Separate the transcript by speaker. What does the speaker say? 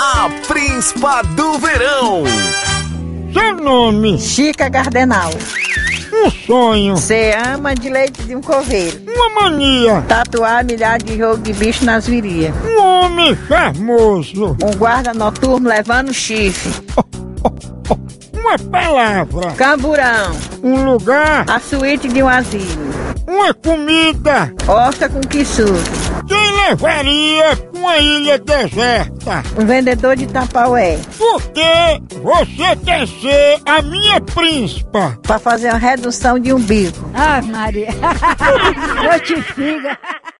Speaker 1: A Príncipa do Verão.
Speaker 2: Seu nome,
Speaker 3: Chica Gardenal.
Speaker 2: um sonho,
Speaker 3: Você ama de leite de um coveiro.
Speaker 2: uma mania,
Speaker 3: Tatuar milhares de jogo de bicho nas virias.
Speaker 2: um homem charmoso,
Speaker 3: Um guarda noturno levando chifre.
Speaker 2: uma palavra,
Speaker 3: Camburão.
Speaker 2: um lugar,
Speaker 3: A suíte de um asilo.
Speaker 2: uma comida.
Speaker 3: Horta com quissudo.
Speaker 2: Quem levaria pra uma ilha deserta?
Speaker 3: Um vendedor de tapaué.
Speaker 2: Porque você quer ser a minha príncipa.
Speaker 3: Pra fazer a redução de umbigo.
Speaker 4: Ah, Maria. Mortifica.